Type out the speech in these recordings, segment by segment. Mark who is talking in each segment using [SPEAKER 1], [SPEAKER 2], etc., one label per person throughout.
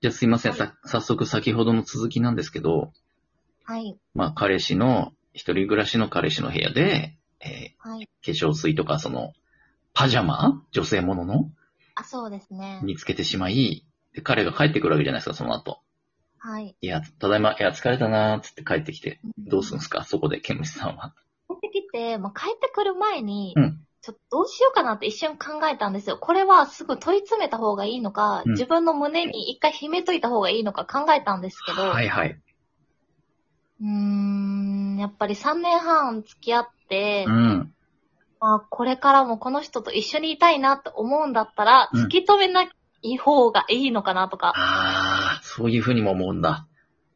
[SPEAKER 1] じゃあすいません、
[SPEAKER 2] はい
[SPEAKER 1] さ早速先ほどの続きなんですけど、
[SPEAKER 2] はい、
[SPEAKER 1] まあ彼氏の、一人暮らしの彼氏の部屋で、え
[SPEAKER 2] はい。
[SPEAKER 1] ー化粧水とかその、パジャマ女性ものの
[SPEAKER 2] あ、そうですね。
[SPEAKER 1] につけてしまい、で、彼が帰ってくるわけじゃないですか、その後。
[SPEAKER 2] はい。
[SPEAKER 1] いや、ただいま、いや、疲れたなーっつって帰ってきて、どうするん
[SPEAKER 2] 帰
[SPEAKER 1] ですかそこで、ケムシさんは。
[SPEAKER 2] ってきて、まあ、帰ってくる前に、
[SPEAKER 1] うん
[SPEAKER 2] ちょっとどうしようかなって一瞬考えたんですよ。これはすぐ問い詰めた方がいいのか、
[SPEAKER 1] うん
[SPEAKER 2] 自分の胸に一回秘めといた方がいいのか考えたんですけど、
[SPEAKER 1] はいはい。
[SPEAKER 2] うーん、やっぱり3年半付き合って、
[SPEAKER 1] うん。
[SPEAKER 2] まあ、これからもこの人と一緒にいたいなって思うんだったら、
[SPEAKER 1] うん
[SPEAKER 2] 突き止めない方がいいのかなとか、
[SPEAKER 1] ああ、そういうふうにも思うんだ。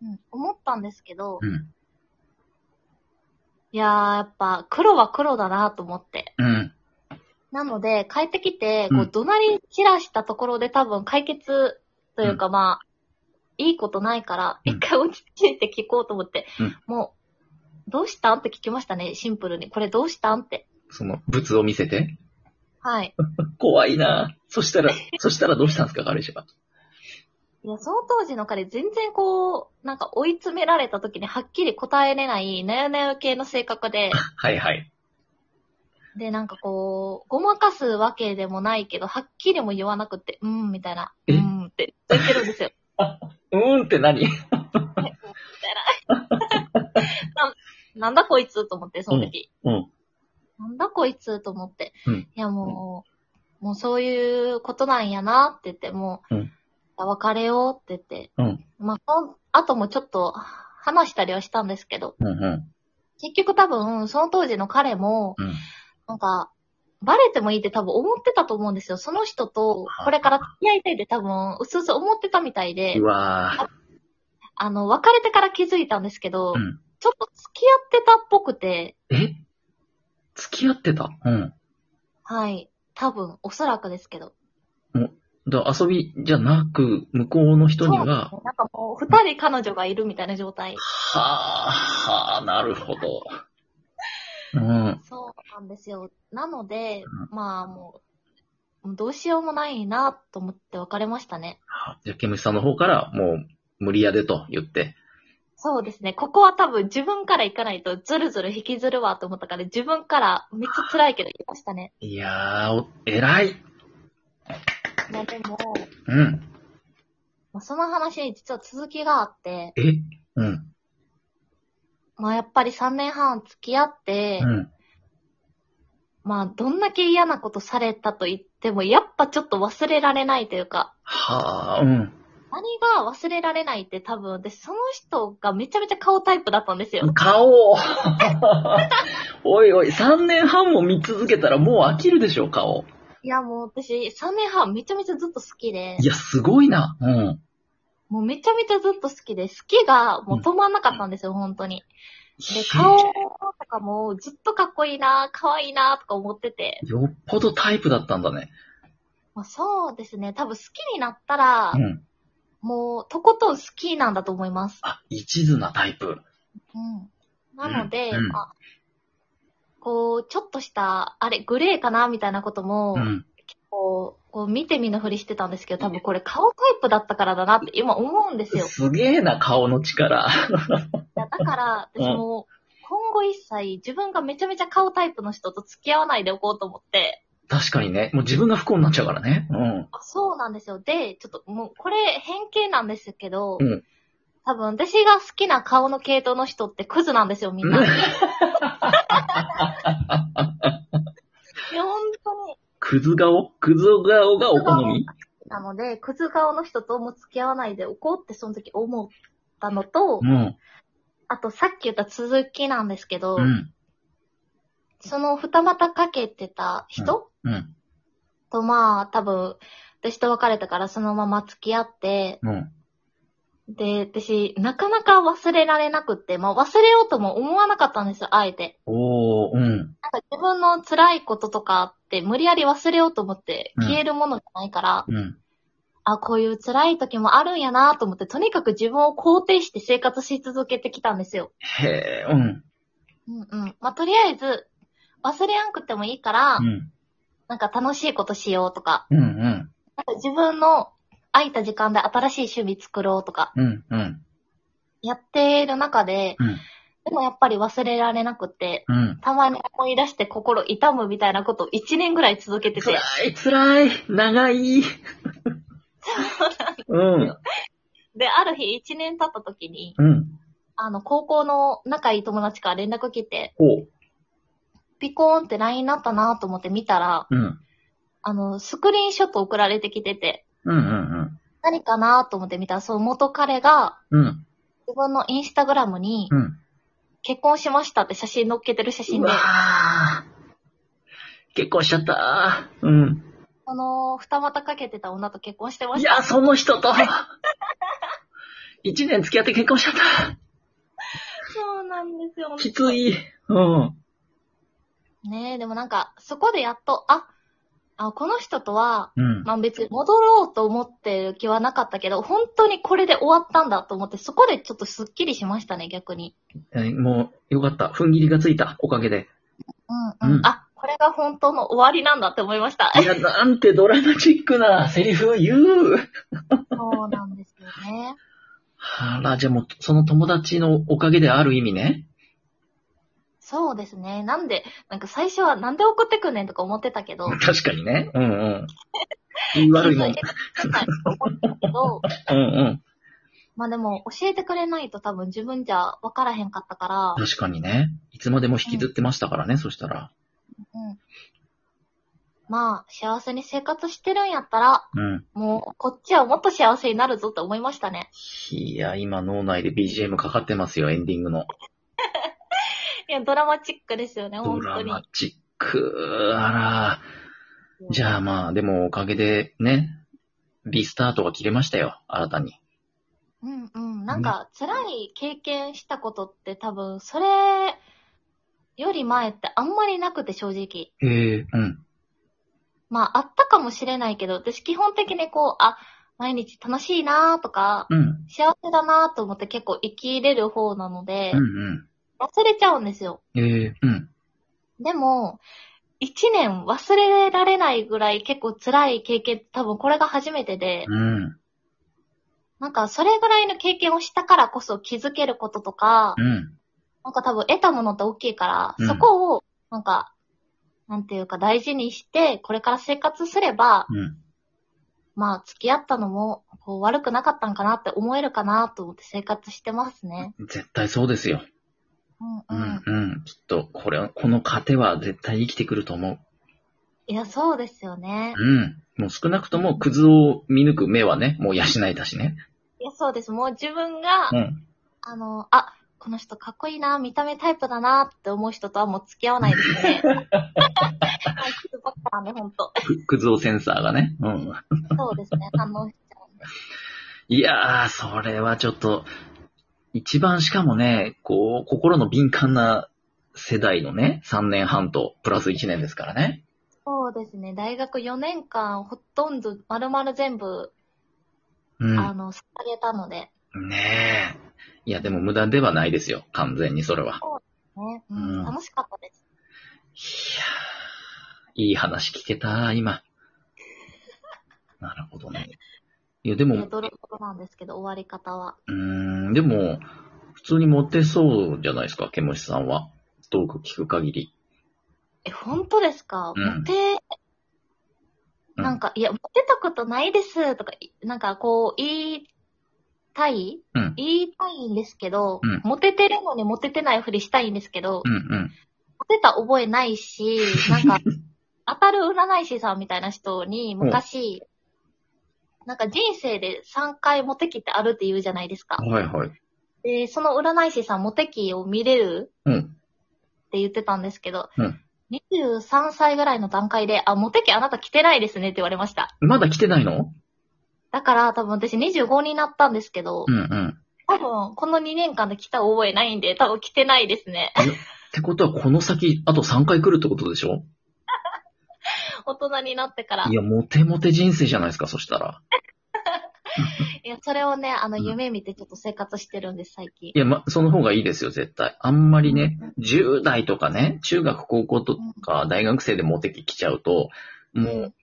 [SPEAKER 2] うん思ったんですけど、
[SPEAKER 1] うん。
[SPEAKER 2] いやー、やっぱ黒は黒だなと思って。
[SPEAKER 1] うん。
[SPEAKER 2] なので、帰ってきて、
[SPEAKER 1] うん
[SPEAKER 2] こう、怒鳴り散らしたところで多分解決というか、まあ、いいことないから、
[SPEAKER 1] うん
[SPEAKER 2] 一回落ち着いて聞こうと思って、
[SPEAKER 1] うん
[SPEAKER 2] もう、どうしたんって聞きましたね、シンプルに。これどうしたんって。
[SPEAKER 1] その、物を見せて。
[SPEAKER 2] はい。
[SPEAKER 1] 怖いなーそしたら、そしたらどうしたんですか、彼氏は。
[SPEAKER 2] いや、その当時の彼、全然こう、なんか追い詰められた時にはっきり答えれない、なよなよ系の性 格で、
[SPEAKER 1] はいはい。
[SPEAKER 2] で、なんかこう、ごまかすわけでもないけど、はっきりも言わなくて、うん、みたいな、う
[SPEAKER 1] え
[SPEAKER 2] ん、って言ってるんですよ。
[SPEAKER 1] うーんって何
[SPEAKER 2] なんだこいつと思って、その時。
[SPEAKER 1] うん。
[SPEAKER 2] なんだこいつと思って。
[SPEAKER 1] うん
[SPEAKER 2] いやもう、もうそういうことなんやなって言って、もう、
[SPEAKER 1] うん
[SPEAKER 2] 別れようって言って。
[SPEAKER 1] うん
[SPEAKER 2] まあ、その後もちょっと話したりはしたんですけど、
[SPEAKER 1] うんうん。
[SPEAKER 2] 結局多分、その当時の彼も、
[SPEAKER 1] うん。
[SPEAKER 2] なんか、バレてもいいって多分思ってたと思うんですよ。その人と、これから付き合いたいって多分、うすうす思ってたみたいで
[SPEAKER 1] う、わー
[SPEAKER 2] あの、別れてから気づいたんですけど、
[SPEAKER 1] うん
[SPEAKER 2] ちょっと付き合ってたっぽくて、
[SPEAKER 1] え付き合ってたうん。
[SPEAKER 2] はい。多分、おそらくですけど。
[SPEAKER 1] だから遊びじゃなく、向こうの人には、
[SPEAKER 2] なんかもう、二人彼女がいるみたいな状態。
[SPEAKER 1] はあ、はあ、なるほど。うん。
[SPEAKER 2] そうなんですよ。なので、まあもう、どうしようもないなと思って別れましたね。
[SPEAKER 1] じゃあ、ケムシさんの方から、もう、無理やでと言って。
[SPEAKER 2] そうですね。ここは多分自分から行かないと、ずるずる引きずるわと思ったから、自分からめっちゃ辛いけど行きましたね。
[SPEAKER 1] いやー、お偉い。
[SPEAKER 2] いやでも、
[SPEAKER 1] うん。
[SPEAKER 2] まあその話に実は続きがあって、
[SPEAKER 1] えうん。
[SPEAKER 2] まあやっぱり3年半付き合って、
[SPEAKER 1] うん。
[SPEAKER 2] まあどんだけ嫌なことされたと言っても、やっぱちょっと忘れられないというか、
[SPEAKER 1] はあ、うん。
[SPEAKER 2] 何が忘れられないって多分、私その人がめちゃめちゃ顔タイプだったんですよ。
[SPEAKER 1] 顔を おいおい、3年半も見続けたらもう飽きるでしょ、顔。
[SPEAKER 2] いやもう私3年半めちゃめちゃずっと好きで
[SPEAKER 1] い、や、すごいな。うん。
[SPEAKER 2] もうめちゃめちゃずっと好きで、好きがもう止まんなかったんですよ、本当に。で、顔とかもずっとかっこいいな、可愛いなとか思ってて、
[SPEAKER 1] よっぽどタイプだったんだね。
[SPEAKER 2] まあ、そうですね、多分好きになったら、
[SPEAKER 1] うん。
[SPEAKER 2] もうとことん好きなんだと思います。
[SPEAKER 1] あ、一途なタイプ。
[SPEAKER 2] うん。なので、
[SPEAKER 1] うん
[SPEAKER 2] まあ、こう、ちょっとした、あれ、グレーかなみたいなことも、
[SPEAKER 1] うん。
[SPEAKER 2] こう、こう見て見ぬふりしてたんですけど、多分これ顔タイプだったからだなって今思うんですよ。
[SPEAKER 1] すげえな、顔の力。
[SPEAKER 2] だから、
[SPEAKER 1] うん
[SPEAKER 2] 私も今後一切自分がめちゃめちゃ顔タイプの人と付き合わないでおこうと思って、
[SPEAKER 1] 確かにね。もう自分が不幸になっちゃうからね。うん。
[SPEAKER 2] あそうなんですよ。で、ちょっともうこれ偏見なんですけど、
[SPEAKER 1] うん
[SPEAKER 2] 多分私が好きな顔の系統の人ってクズなんですよ、みんな。いや、本当に。
[SPEAKER 1] クズ顔クズ顔がお好み
[SPEAKER 2] なので、クズ顔の人とも付き合わないでおこうってその時思ったのと、
[SPEAKER 1] うん。
[SPEAKER 2] あとさっき言った続きなんですけど、
[SPEAKER 1] うん。
[SPEAKER 2] その二股かけてた人、
[SPEAKER 1] うん。
[SPEAKER 2] とまあ多分、私と別れたからそのまま付き合って、
[SPEAKER 1] うん。
[SPEAKER 2] で、私、なかなか忘れられなくって、まあ忘れようとも思わなかったんですよ、あえて。
[SPEAKER 1] おー、うん。
[SPEAKER 2] なんか自分の辛いこととかって無理やり忘れようと思って
[SPEAKER 1] うん
[SPEAKER 2] 消えるものじゃないから、
[SPEAKER 1] うん。
[SPEAKER 2] あ、こういう辛い時もあるんやなと思って、とにかく自分を肯定して生活し続けてきたんですよ。
[SPEAKER 1] へえ、うん。
[SPEAKER 2] うんうん。まあとりあえず、忘れやんくてもいいから、
[SPEAKER 1] うん。
[SPEAKER 2] なんか楽しいことしようとか、
[SPEAKER 1] うん。うん。
[SPEAKER 2] なんか自分の空いた時間で新しい趣味作ろうとか、
[SPEAKER 1] うん、うん、
[SPEAKER 2] やってる中で、
[SPEAKER 1] うん
[SPEAKER 2] でもやっぱり忘れられなくて、
[SPEAKER 1] うん。
[SPEAKER 2] たまに思い出して心痛むみたいなことを1年ぐらい続けてて
[SPEAKER 1] 辛、い、辛い、長 い。うん、
[SPEAKER 2] で、ある日1年経った時に、
[SPEAKER 1] うん、
[SPEAKER 2] あの、高校の仲いい友達から連絡来て、
[SPEAKER 1] ほう、
[SPEAKER 2] ピコーンって LINE になったなと思って見たら、
[SPEAKER 1] うん、
[SPEAKER 2] あの、スクリーンショット送られてきてて、
[SPEAKER 1] うん、うん、
[SPEAKER 2] 何かなと思って見たら、その元彼が、
[SPEAKER 1] うん、うん、
[SPEAKER 2] 自分のインスタグラムに、
[SPEAKER 1] うん。
[SPEAKER 2] 結婚しましたって写真載っけてる写真
[SPEAKER 1] う
[SPEAKER 2] で
[SPEAKER 1] わ、あ結婚しちゃったー。うん。
[SPEAKER 2] この、二股かけてた女と結婚してま
[SPEAKER 1] い
[SPEAKER 2] した。
[SPEAKER 1] や、その人と、一年付き合って結婚しちゃった。
[SPEAKER 2] そうなんですよ。
[SPEAKER 1] きつい。うん。
[SPEAKER 2] ねえ、でもなんか、そこでやっと、あ、あ、この人とは、
[SPEAKER 1] うん。
[SPEAKER 2] まあ別に戻ろうと思ってる気はなかったけど、本当にこれで終わったんだと思って、そこでちょっとスッキリしましたね、逆に。
[SPEAKER 1] えもう、よかった。踏ん切りがついた。おかげで。
[SPEAKER 2] うん、うん、
[SPEAKER 1] うん
[SPEAKER 2] あ、これが本当の終わりなんだって思いました。
[SPEAKER 1] いや、なんてドラマチックなセリフを言う。
[SPEAKER 2] そうなんですよね。
[SPEAKER 1] あら、じゃあもう、その友達のおかげである意味ね。
[SPEAKER 2] そうですね。なんで、なんか最初はなんで送ってくんねんとか思ってたけど、
[SPEAKER 1] 確かにね。うんうん。言い 悪いもん。
[SPEAKER 2] 気づいてくださいと思ったけど、
[SPEAKER 1] うんうん。
[SPEAKER 2] まあでも教えてくれないと多分自分じゃ分からへんかったから、
[SPEAKER 1] 確かにね。いつまでも引きずってましたからね、そしたら。
[SPEAKER 2] うん。まあ、幸せに生活してるんやったら、
[SPEAKER 1] うん。
[SPEAKER 2] もう、こっちはもっと幸せになるぞって思いましたね。
[SPEAKER 1] いや、今脳内で BGM かかってますよ、エンディングの。
[SPEAKER 2] いや、ドラマチックですよね、
[SPEAKER 1] ド
[SPEAKER 2] 本当
[SPEAKER 1] ラ
[SPEAKER 2] に
[SPEAKER 1] マ。チック。あら。じゃあまあ、でもおかげでね、リスタートが切れましたよ、新たに。
[SPEAKER 2] うんうん。なんか、辛い経験したことって多分、それより前ってあんまりなくて正直。
[SPEAKER 1] へえ。うん。
[SPEAKER 2] まあ、あったかもしれないけど、私基本的にこう、あ、毎日楽しいなーとか、
[SPEAKER 1] うん。
[SPEAKER 2] 幸せだなーと思って結構生き入れる方なので
[SPEAKER 1] う、ん
[SPEAKER 2] 忘れちゃうんですよ。
[SPEAKER 1] うん。へえ。うん。
[SPEAKER 2] でも、一年忘れられないぐらい結構辛い経験、多分これが初めてで、
[SPEAKER 1] うん。
[SPEAKER 2] なんかそれぐらいの経験をしたからこそ気づけることとか、
[SPEAKER 1] うん。
[SPEAKER 2] なんか多分得たものって大きいか
[SPEAKER 1] うん
[SPEAKER 2] ら、そこを、なんか、なんていうか大事にして、これから生活すれば、
[SPEAKER 1] うん。
[SPEAKER 2] まあ付き合ったのも、こう悪くなかったんかなって思えるかなと思って生活してますね。
[SPEAKER 1] 絶対そうですよ。う
[SPEAKER 2] うんうん。
[SPEAKER 1] ん。うん。きっと、これ、この糧は絶対生きてくると思
[SPEAKER 2] いや、そうですよね
[SPEAKER 1] う。。うん。もう少なくとも、クズを見抜く目はね、もう養えたしね。
[SPEAKER 2] いや、そうです。もう自分が
[SPEAKER 1] う、ん。
[SPEAKER 2] あの、あ、この人かっこいいな、見た目タイプだなって思う人とはもう付き合わないですね。もうクズばっかなんで、ほんと。
[SPEAKER 1] くクズをセンサーがね。うん。
[SPEAKER 2] そうですね、反応しちゃうんで。
[SPEAKER 1] いやー、それはちょっと、一番しかもね、こう、心の敏感な世代のね、3年半とプラス1年ですからね。
[SPEAKER 2] そうですね、大学4年間、ほとんど丸々全部、
[SPEAKER 1] う
[SPEAKER 2] あ
[SPEAKER 1] ん。
[SPEAKER 2] の、捧げたので、
[SPEAKER 1] ねえ。いや、でも無駄ではないですよ。完全にそれは。
[SPEAKER 2] ね、う
[SPEAKER 1] うん
[SPEAKER 2] ん、楽しかったです。
[SPEAKER 1] いやーいい話聞けた、今。なるほどね。いや、でも、
[SPEAKER 2] いや、ドロドロなんですけど、終わり方は。
[SPEAKER 1] うーん、でも、普通にモテそうじゃないですか、ケモシさんは。トーク聞く限り。
[SPEAKER 2] え、本当ですか
[SPEAKER 1] うん
[SPEAKER 2] モテ、
[SPEAKER 1] うん
[SPEAKER 2] なんか、いや、モテたことないですとか、いなんかこう、言いたい、
[SPEAKER 1] うん
[SPEAKER 2] 言いたいんですけど、
[SPEAKER 1] うん
[SPEAKER 2] モテてるのにモテてないふりしたいんですけど、
[SPEAKER 1] うんうん。
[SPEAKER 2] モテた覚えないし、 なんか、当たる占い師さんみたいな人に昔、なんか人生で3回モテ期ってあるって言うじゃないですか。
[SPEAKER 1] はいはい。
[SPEAKER 2] で、その占い師さんモテ期を見れる
[SPEAKER 1] うん。
[SPEAKER 2] って言ってたんですけど、
[SPEAKER 1] うん
[SPEAKER 2] 23歳ぐらいの段階で、あ、モテ期あなた来てないですねって言われました。
[SPEAKER 1] まだ来てないの
[SPEAKER 2] だから多分私25になったんですけど
[SPEAKER 1] う、んうん。
[SPEAKER 2] 多分この2年間で来た覚えないんで、多分来てないですね。
[SPEAKER 1] ってことは、この先、あと3回来るってことでしょ
[SPEAKER 2] 大人になってから。
[SPEAKER 1] い
[SPEAKER 2] いや、
[SPEAKER 1] や、モテモテ人生じゃないですか、そしたら。
[SPEAKER 2] それをね、あの、
[SPEAKER 1] うん
[SPEAKER 2] 夢見てちょっと生活してるんです、最近
[SPEAKER 1] い。や、ま、その方がいいですよ、絶対。あんまりね、10代とかね、中学、高校とか、大学生でモテ期来ちゃうと、もう、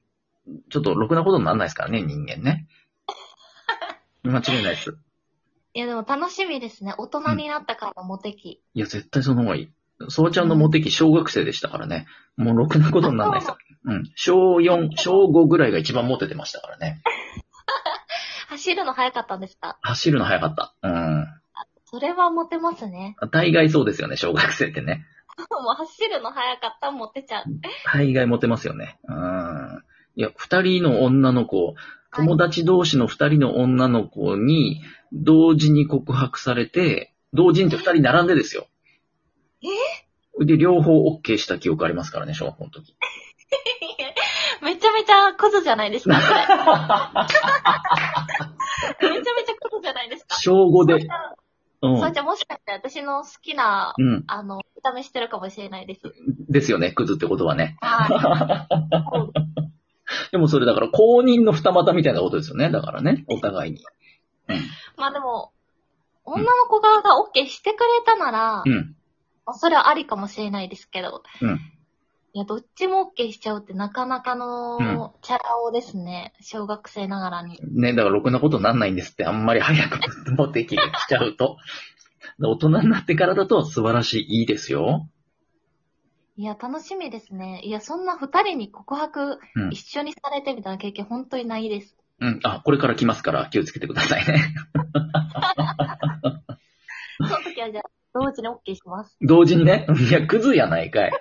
[SPEAKER 1] ちょっとろくなことにならないですからね、人間ね。間違いないです。
[SPEAKER 2] いや、でも楽しみですね。大人になったからのモテ期。
[SPEAKER 1] いや、絶対その方がいい。そうちゃんのモテ期、小学生でしたからね。もうろくなことにならないですよ。うん。小4、小5ぐらいが一番モテてましたからね。
[SPEAKER 2] 走るの早かったんですか
[SPEAKER 1] 走るの早かった。う
[SPEAKER 2] それはモテますね。
[SPEAKER 1] ん。大概そうですよね、小学生ってね。
[SPEAKER 2] もう走るの早かったらモテちゃう。
[SPEAKER 1] 大概モテますよね。うん。いや、二人の女の子、友達同士の二人の女の子に、同時に告白されて、同時にって二人並んでですよ。
[SPEAKER 2] え
[SPEAKER 1] で、両方 OK した記憶ありますからね、小学校の時。
[SPEAKER 2] めちゃめちゃクズじゃな いですか、それ。めちゃめちゃクズじゃないですか。
[SPEAKER 1] 小5で。う。
[SPEAKER 2] そうんじゃんもしかして私の好きな、
[SPEAKER 1] うん。
[SPEAKER 2] あの、見た目してるかもしれないです。
[SPEAKER 1] ですよね、クズってことはね。
[SPEAKER 2] はい。
[SPEAKER 1] でもそれだから公認の二股みたいなことですよね、だからね、お互いに。
[SPEAKER 2] まあでも、女の子側が OK してくれたなら、
[SPEAKER 1] うん。うん。
[SPEAKER 2] まあそれはありかもしれないですけど。
[SPEAKER 1] うん
[SPEAKER 2] いや、どっちも OK しちゃうってなかなか
[SPEAKER 1] う
[SPEAKER 2] の
[SPEAKER 1] ん
[SPEAKER 2] キャラをですね、小学生ながらに。
[SPEAKER 1] ね、だからろくなことなんないんですって、あんまり早くモテ期が来ちゃうと。大人になってからだと素晴らしい、いいですよ。
[SPEAKER 2] いや、楽しみですね。いや、そんな二人に告白
[SPEAKER 1] うん
[SPEAKER 2] 一緒にされてみたいな経験本当にないです。
[SPEAKER 1] うん。あ、これから来ますから気をつけてくださいね。
[SPEAKER 2] その時はじゃあ、同時に OK します。
[SPEAKER 1] 同時にね。いや、クズやないかい。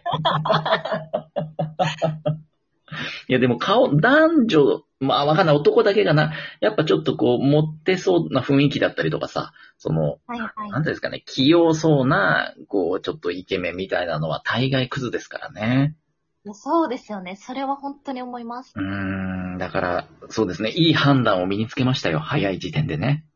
[SPEAKER 1] いや、でも顔、男女、まあわかんない、男だけがな、やっぱちょっとこう、持ってそうな雰囲気だったりとかさ、その、
[SPEAKER 2] はいはい。
[SPEAKER 1] なんていうんですかね、器用そうな、こう、ちょっとイケメンみたいなのは大概クズですからね。
[SPEAKER 2] いやそうですよね。それは本当に思います。
[SPEAKER 1] うーん、だから、そうですね、いい判断を身につけましたよ、早い時点でね。